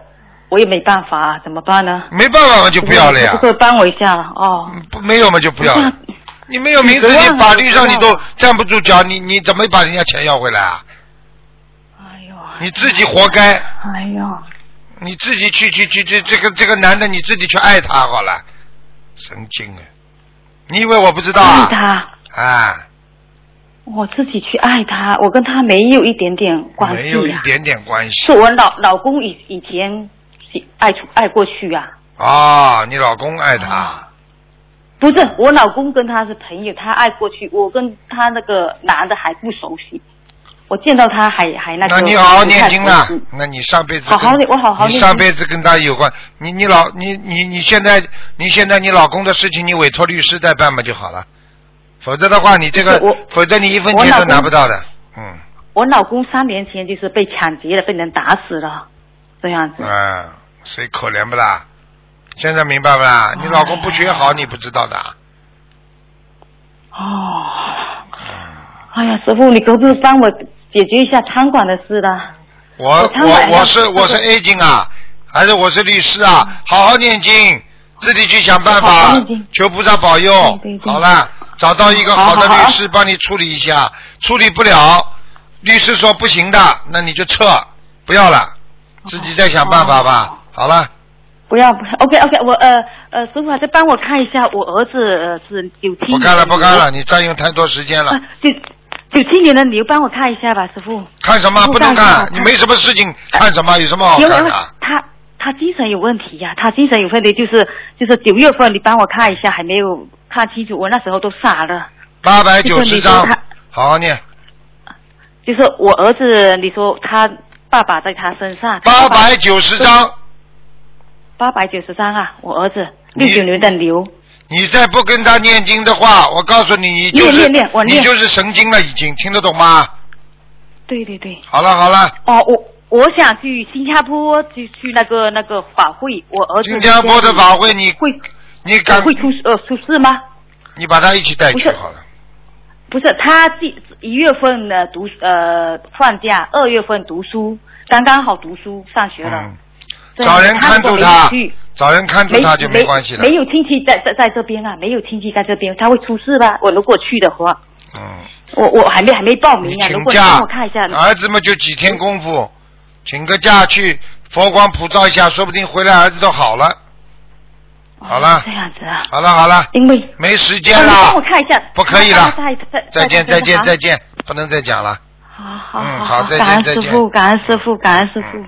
[SPEAKER 6] 我也没办法啊，怎么办呢？
[SPEAKER 1] 没办法嘛，就不要了呀
[SPEAKER 6] 可，以帮我一下哦。
[SPEAKER 1] 嗯不没有嘛就不要了。你没有名字，
[SPEAKER 6] 你不要
[SPEAKER 1] 你法律上
[SPEAKER 6] 你
[SPEAKER 1] 你
[SPEAKER 6] 不要
[SPEAKER 1] 都站不住脚，你你怎么把人家钱要回来啊？
[SPEAKER 6] 哎呦，
[SPEAKER 1] 你自己活该，
[SPEAKER 6] 哎呦，
[SPEAKER 1] 你自己去去去去，这个这个男的你自己去爱他好了，神经啊！你以为我不知道
[SPEAKER 6] 爱
[SPEAKER 1] 啊？
[SPEAKER 6] 他，
[SPEAKER 1] 啊，
[SPEAKER 6] 我自己去爱他，我跟他没有一点点关
[SPEAKER 1] 没
[SPEAKER 6] 系
[SPEAKER 1] 有一
[SPEAKER 6] 啊。
[SPEAKER 1] 点点关系
[SPEAKER 6] 是我老老公以以前喜爱出爱过去啊，
[SPEAKER 1] 啊、你老公爱他，
[SPEAKER 6] 不是我老公跟他是朋友，他爱过去，我跟他那个男的还不熟悉，我见到他还还那个。
[SPEAKER 1] 那你好好念经啊
[SPEAKER 6] 不太熟悉！
[SPEAKER 1] 那你上辈子
[SPEAKER 6] 好好
[SPEAKER 1] 跟
[SPEAKER 6] 地我好好
[SPEAKER 1] 你
[SPEAKER 6] 念
[SPEAKER 1] 上
[SPEAKER 6] 经
[SPEAKER 1] 辈子跟他有关，你你老你你你现在你现在你老公的事情你委托律师代办嘛就好了，否则的话你这个
[SPEAKER 6] 不是我
[SPEAKER 1] 否则你一分
[SPEAKER 6] 我
[SPEAKER 1] 钱
[SPEAKER 6] 老
[SPEAKER 1] 都拿
[SPEAKER 6] 公
[SPEAKER 1] 不到的，嗯
[SPEAKER 6] 我老公三年前就是被抢劫了，被人打死了，这样子。
[SPEAKER 1] 嗯，所以可怜不啦？现在明白不啦？你老公不学好你不知道的，
[SPEAKER 6] 哦，哎呀，师傅，你可不可以帮我解决一下餐馆的事啦？
[SPEAKER 1] 我
[SPEAKER 6] 我贪婪
[SPEAKER 1] 我
[SPEAKER 6] 呀
[SPEAKER 1] 我是我是 A 经啊，还是我是律师啊？好好念经，自己去想办
[SPEAKER 6] 嗯好好
[SPEAKER 1] 法
[SPEAKER 6] 念经，
[SPEAKER 1] 求菩萨保佑
[SPEAKER 6] 对对。对
[SPEAKER 1] 好了，找到一个
[SPEAKER 6] 好
[SPEAKER 1] 好的
[SPEAKER 6] 好好
[SPEAKER 1] 律师帮你处理一下，处理不了，律师说不行的，那你就撤，不要了，自己再想办法
[SPEAKER 6] 哦
[SPEAKER 1] 吧。好了，
[SPEAKER 6] 不要不要，OK OK，我呃呃，师傅啊再帮我看一下，我儿子呃是九七
[SPEAKER 1] 不
[SPEAKER 6] 年的牛。
[SPEAKER 1] 干了不干了，你占用太多时间了
[SPEAKER 6] 啊。九九七年的牛，帮我看一下吧，师傅。
[SPEAKER 1] 看什么
[SPEAKER 6] 不
[SPEAKER 1] 不能
[SPEAKER 6] 干了
[SPEAKER 1] 看？
[SPEAKER 6] 不
[SPEAKER 1] 你
[SPEAKER 6] 干
[SPEAKER 1] 没什么事情看什么？有什么好
[SPEAKER 6] 因为
[SPEAKER 1] 看的啊？
[SPEAKER 6] 他他精神有问题呀、他精神有问题，就是就是九月份你帮我看一下，还没有看清楚，我那时候都傻了。
[SPEAKER 1] 八百九十
[SPEAKER 6] 就是你说
[SPEAKER 1] 张
[SPEAKER 6] 他，
[SPEAKER 1] 好好念。
[SPEAKER 6] 就是我儿子，你说他爸爸在他身上，
[SPEAKER 1] 八百九十张，
[SPEAKER 6] 八百九十三啊，我儿子
[SPEAKER 1] 你
[SPEAKER 6] 六九年的牛。
[SPEAKER 1] 你再不跟他念经的话，我告诉你，你就是
[SPEAKER 6] 念念念我念
[SPEAKER 1] 你就是神经了，已经听得懂吗？
[SPEAKER 6] 对对对，
[SPEAKER 1] 好了好了，
[SPEAKER 6] 哦，我我想去新加坡去去那个那个法会，我儿子
[SPEAKER 1] 新加坡的法会你
[SPEAKER 6] 会
[SPEAKER 1] 你赶
[SPEAKER 6] 会出呃出事吗？
[SPEAKER 1] 你把他一起带
[SPEAKER 6] 不
[SPEAKER 1] 去
[SPEAKER 6] 是
[SPEAKER 1] 好了。
[SPEAKER 6] 不是，他第一月份呢读呃放假，二月份读书，刚刚好读书上学了。
[SPEAKER 1] 嗯，
[SPEAKER 6] 对
[SPEAKER 1] 找人看住他
[SPEAKER 6] 他如果没去，
[SPEAKER 1] 找人看住
[SPEAKER 6] 没
[SPEAKER 1] 他就
[SPEAKER 6] 没
[SPEAKER 1] 关系了
[SPEAKER 6] 没。有亲戚在在在这边啊，没有亲戚在这边，他会出事吧？我如果去的话，
[SPEAKER 1] 嗯，
[SPEAKER 6] 我我还没还没报
[SPEAKER 1] 你
[SPEAKER 6] 名啊。如
[SPEAKER 1] 请
[SPEAKER 6] 果你
[SPEAKER 1] 假啊
[SPEAKER 6] 帮我看一下，，
[SPEAKER 1] 儿子们就几天功夫，请个假去佛光普照一下，说不定回来儿子都好了。好了
[SPEAKER 6] 这样子啊，
[SPEAKER 1] 好了好了，
[SPEAKER 6] 因为
[SPEAKER 1] 没时
[SPEAKER 6] 你
[SPEAKER 1] 间了
[SPEAKER 6] 帮我。看一下，
[SPEAKER 1] 不可以了
[SPEAKER 6] 他在在
[SPEAKER 1] 再见再见再
[SPEAKER 6] 见。
[SPEAKER 1] 见，不能再讲了。
[SPEAKER 6] 好好
[SPEAKER 1] 嗯
[SPEAKER 6] 好，
[SPEAKER 1] 好再见
[SPEAKER 6] 感恩
[SPEAKER 1] 再
[SPEAKER 6] 师
[SPEAKER 1] 见
[SPEAKER 6] 傅，感恩师傅，感恩师傅
[SPEAKER 1] 嗯。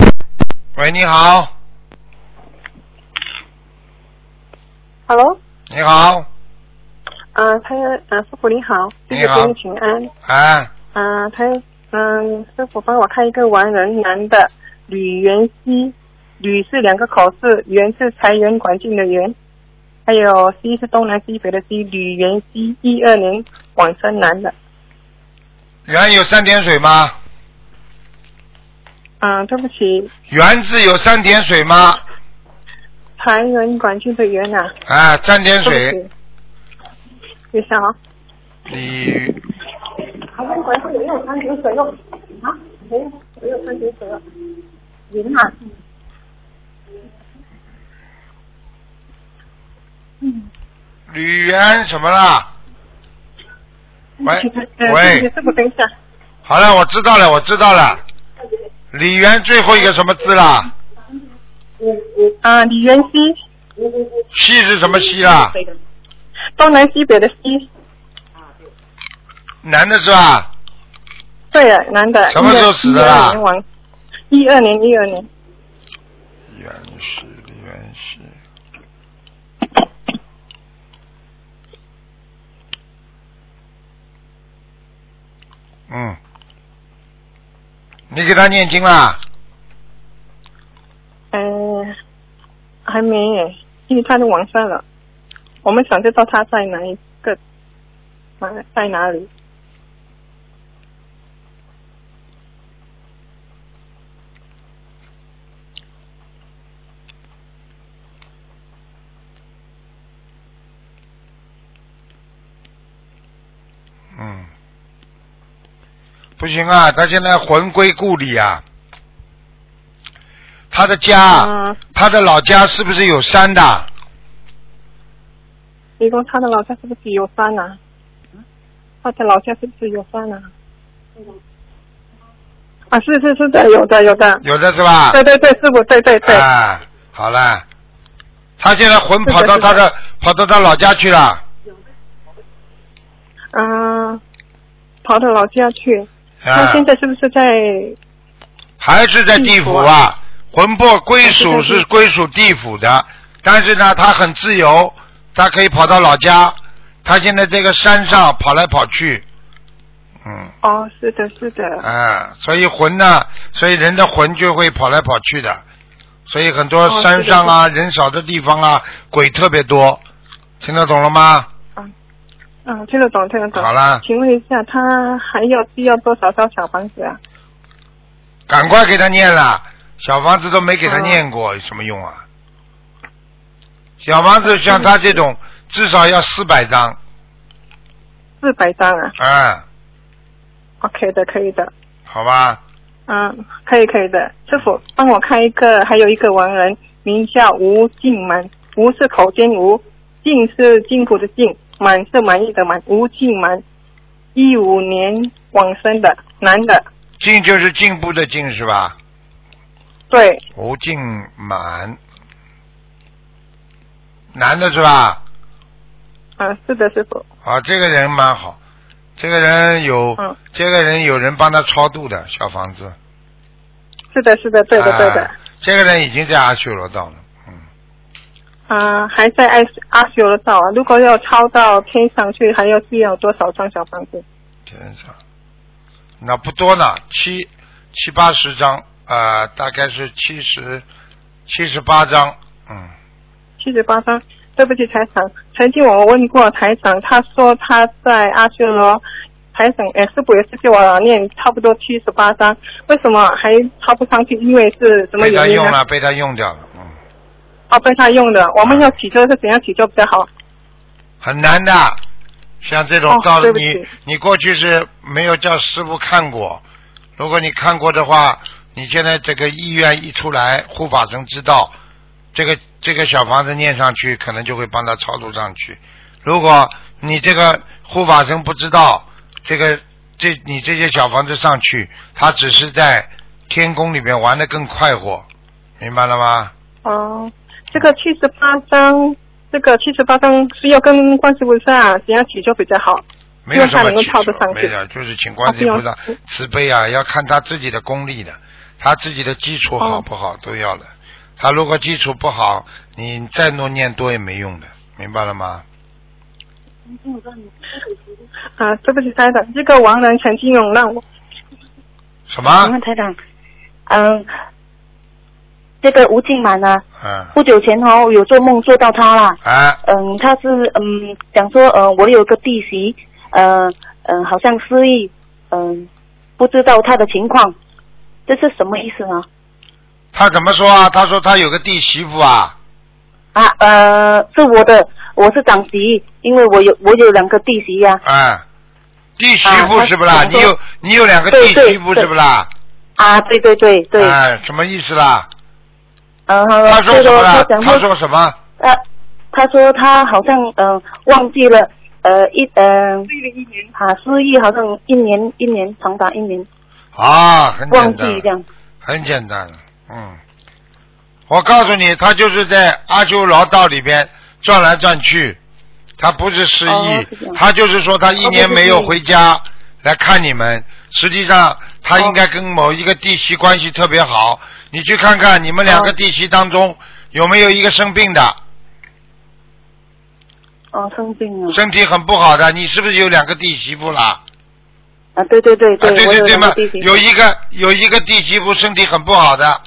[SPEAKER 1] 嗯。喂，你好，
[SPEAKER 7] Hello，
[SPEAKER 1] 你好，
[SPEAKER 7] 呃，潘呃，师傅你好，弟
[SPEAKER 1] 你
[SPEAKER 7] 子
[SPEAKER 1] 好
[SPEAKER 7] 给你请安。
[SPEAKER 1] 哎，
[SPEAKER 7] 呃，潘，嗯、师傅帮我看一个完人男的吕元熙，吕是两个口字，元是财源广进的元，还有西是东南西北的西，吕元熙，一二年往生男的。
[SPEAKER 1] 圆有三点水吗？
[SPEAKER 7] 嗯、对不起，
[SPEAKER 1] 圆字有三点水吗？
[SPEAKER 7] 财源广进的源啊，
[SPEAKER 1] 哎，三点
[SPEAKER 7] 对
[SPEAKER 1] 水
[SPEAKER 7] 不，起。你想啊，
[SPEAKER 1] 你
[SPEAKER 7] 财源广进没有三点水哦，啊，没有没有三点水哦，云啊。
[SPEAKER 1] 吕圆什么啦？喂
[SPEAKER 7] 呃
[SPEAKER 1] 喂，
[SPEAKER 7] 师傅，等一下，
[SPEAKER 1] 好了，我知道了，我知道了。李元最后一个什么字啦？
[SPEAKER 7] 啊，李元熙，
[SPEAKER 1] 西是什么西啦？
[SPEAKER 7] 东南西北的西，
[SPEAKER 1] 男的是吧？
[SPEAKER 7] 对了，男的。
[SPEAKER 1] 什么时候死的啦
[SPEAKER 7] 一二年，一二年。
[SPEAKER 1] 元西，李元西。嗯，你给他念经啦？
[SPEAKER 7] 嗯、还没耶，因为他都往上了。我们想知道他在哪一个嗯在哪里？
[SPEAKER 1] 嗯，不行啊，他现在魂归故里啊。他的家，
[SPEAKER 7] 嗯，
[SPEAKER 1] 他的老家是不是有山的？
[SPEAKER 7] 你说他的老家是不是有山啊？他的老家是不是有山啊？啊，是是是的，有的有的。
[SPEAKER 1] 有的是吧？
[SPEAKER 7] 对对对，师傅，对对对，
[SPEAKER 1] 啊，好了，他现在魂跑到他的跑到他老家去了，
[SPEAKER 7] 啊，跑到老家去。
[SPEAKER 1] 啊
[SPEAKER 7] 他，现在是不是在？
[SPEAKER 1] 还是在地府
[SPEAKER 7] 地府
[SPEAKER 1] 啊。魂魄归属
[SPEAKER 7] 还是在地
[SPEAKER 1] 是归属地府的，但是呢，他很自由，他可以跑到老家。他现在这个山上跑来跑去，嗯，
[SPEAKER 7] 哦，是的，是的。
[SPEAKER 1] 啊，所以魂呢，所以人的魂就会跑来跑去的，所以很多
[SPEAKER 7] 哦
[SPEAKER 1] 山上啊、
[SPEAKER 7] 是
[SPEAKER 1] 人少的地方啊，鬼特别多，听得懂了吗？
[SPEAKER 7] 嗯，听得懂，听得懂。
[SPEAKER 1] 好啦
[SPEAKER 7] 请问一下，他还要需要多少套小房子啊？
[SPEAKER 1] 赶快给他念了，小房子都没
[SPEAKER 7] 啊
[SPEAKER 1] 给他念过，有什么用啊？小房子像他这种，
[SPEAKER 7] 嗯
[SPEAKER 1] 至少要四百张，
[SPEAKER 7] 四百张啊
[SPEAKER 1] 啊、
[SPEAKER 7] ？OK 的，可以的。
[SPEAKER 1] 好吧？
[SPEAKER 7] 嗯，可以可以的，师傅帮我看一个，还有一个亡人，名叫吴静满，吴是口尖吴，静是进步的静，满是满意的满，吴静满，一五年往生的男的，
[SPEAKER 1] 进就是进步的进是吧？
[SPEAKER 7] 对
[SPEAKER 1] 吴进满，男的是吧？
[SPEAKER 7] 啊，是的，师傅，
[SPEAKER 1] 啊，这个人蛮好，这个人有，
[SPEAKER 7] 嗯
[SPEAKER 1] 这个人有人帮他超度的小房子，
[SPEAKER 7] 是的，是的，对的，
[SPEAKER 1] 啊
[SPEAKER 7] 对的，
[SPEAKER 1] 这个人已经在阿修罗道了，嗯，
[SPEAKER 7] 啊，还在爱阿修罗道啊，如果要超到天上去，还要需要多少张小房子？
[SPEAKER 1] 天上，那不多呢，七七八十张，呃，大概是七十七十八张，嗯，
[SPEAKER 7] 七十八张。对不起，台长，曾经我问过台长，他说他在阿修罗，台长呃师傅也是给我念差不多七十八张，为什么还插不上去？因为是什么
[SPEAKER 1] 被他
[SPEAKER 7] 原因
[SPEAKER 1] 用
[SPEAKER 7] 呢？
[SPEAKER 1] 了，被他用掉了，嗯，
[SPEAKER 7] 哦，被他用的。我们要祈求是怎样祈求比较好？
[SPEAKER 1] 很难的，像这种
[SPEAKER 7] 哦
[SPEAKER 1] 道理，
[SPEAKER 7] 对不
[SPEAKER 1] 你
[SPEAKER 7] 起
[SPEAKER 1] 你过去是没有叫师傅看过，如果你看过的话，你现在这个意愿一出来，护法神知道，这个这个小房子念上去，可能就会帮他超度上去。如果你这个护法神不知道，这个这你这些小房子上去，他只是在天宫里面玩的更快活，明白了吗？
[SPEAKER 7] 哦，这个七十八张，这个七十八张是要跟观世菩萨啊怎样祈求比较好？
[SPEAKER 1] 没有什么
[SPEAKER 7] 用
[SPEAKER 1] 祈
[SPEAKER 7] 它能
[SPEAKER 1] 求
[SPEAKER 7] 够套得上，
[SPEAKER 1] 没
[SPEAKER 7] 去
[SPEAKER 1] 有，就是请观世音菩萨
[SPEAKER 7] 啊
[SPEAKER 8] 嗯
[SPEAKER 7] 不用
[SPEAKER 1] 慈悲啊，要看他自己的功力的，他自己的基础好不好都要的。他如果基础不好，你再多念多也没用的，明白了吗？
[SPEAKER 7] 啊，对不起，台长，这个亡人曾经有让我
[SPEAKER 1] 什么
[SPEAKER 8] 请？啊问台长，嗯，这个吴静满呢，
[SPEAKER 1] 嗯，
[SPEAKER 8] 不久前哦有做梦做到他啦，
[SPEAKER 1] 哎，
[SPEAKER 8] 嗯，他是嗯讲说呃我有个弟媳，呃嗯、呃、好像失忆，嗯、不知道他的情况，这是什么意思呢？
[SPEAKER 1] 他怎么说啊？他说他有个弟媳妇啊，
[SPEAKER 8] 啊呃是我的，我是长媳，因为我有我有两个弟媳呀、
[SPEAKER 1] 哎，弟媳
[SPEAKER 8] 啊
[SPEAKER 1] 妇
[SPEAKER 8] 他
[SPEAKER 1] 是不啦？
[SPEAKER 8] 怎么说
[SPEAKER 1] 你有你有两个
[SPEAKER 8] 对
[SPEAKER 1] 弟
[SPEAKER 8] 对
[SPEAKER 1] 媳妇
[SPEAKER 8] 对
[SPEAKER 1] 是不啦？
[SPEAKER 8] 啊，对对对对，
[SPEAKER 1] 哎，什么意思啦？
[SPEAKER 8] 嗯，好
[SPEAKER 1] 他
[SPEAKER 8] 了，
[SPEAKER 1] 说
[SPEAKER 8] 这
[SPEAKER 1] 什
[SPEAKER 8] 个
[SPEAKER 1] 么啦
[SPEAKER 8] 他？讲
[SPEAKER 1] 他说什么？
[SPEAKER 8] 他呃他说他好像呃忘记了呃一呃啊失忆，好像一年一年长达一年
[SPEAKER 1] 啊，很简
[SPEAKER 8] 忘
[SPEAKER 1] 单。
[SPEAKER 8] 记这样
[SPEAKER 1] 很简单了，嗯，我告诉你，他就是在阿修罗道里边转来转去，他不是失忆，
[SPEAKER 8] 哦是这样哦
[SPEAKER 1] 他就是说他一年没有回家来看你们，实际上他应该跟某一个弟媳关系特别好，你去看看你们两个弟媳当中有没有一个生病的，
[SPEAKER 8] 哦生病了
[SPEAKER 1] 身体很不好的，你是不是有两个弟媳妇啦？
[SPEAKER 8] 啊对对对
[SPEAKER 1] 啊，对
[SPEAKER 8] 我
[SPEAKER 1] 对
[SPEAKER 8] 有
[SPEAKER 1] 对
[SPEAKER 8] 两
[SPEAKER 1] 嘛
[SPEAKER 8] 个弟，弟，
[SPEAKER 1] 有一个有一个弟媳妇身体很不好的，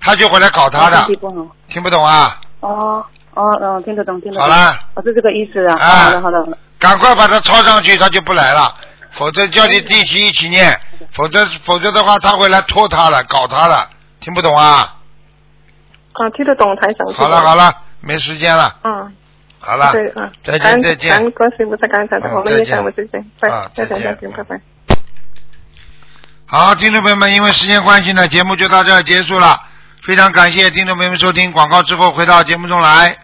[SPEAKER 1] 他就会来搞他
[SPEAKER 8] 啊身
[SPEAKER 1] 的
[SPEAKER 8] 体，不好
[SPEAKER 1] 听不懂啊？
[SPEAKER 8] 哦哦哦听得懂听得懂
[SPEAKER 1] 好啦。
[SPEAKER 8] 哦是这个意思啊
[SPEAKER 1] 啊
[SPEAKER 8] 好的好的
[SPEAKER 1] 赶快把它抄上去，他就不来了。否则叫你弟媳一起念，否则否则的话，他会来拖他了，搞他了。听不懂啊？
[SPEAKER 7] 啊，听得懂台长。
[SPEAKER 1] 好了好。了，没时间了，
[SPEAKER 8] 啊
[SPEAKER 7] 嗯，
[SPEAKER 1] 好了，
[SPEAKER 7] 对嗯，
[SPEAKER 1] 再
[SPEAKER 7] 感
[SPEAKER 1] 见
[SPEAKER 7] 恩
[SPEAKER 1] 再
[SPEAKER 7] 感
[SPEAKER 1] 见
[SPEAKER 7] 恩。观世音菩萨，感恩台长，
[SPEAKER 1] 嗯
[SPEAKER 7] 我们也
[SPEAKER 1] 再见
[SPEAKER 7] 想我们再见，拜
[SPEAKER 1] 啊，
[SPEAKER 7] 再见
[SPEAKER 1] 再见
[SPEAKER 7] 再见，拜拜。
[SPEAKER 1] 好，听众朋友们，因为时间关系呢，节目就到这儿结束了。非常感谢听众朋友们收听广告之后回到节目中来。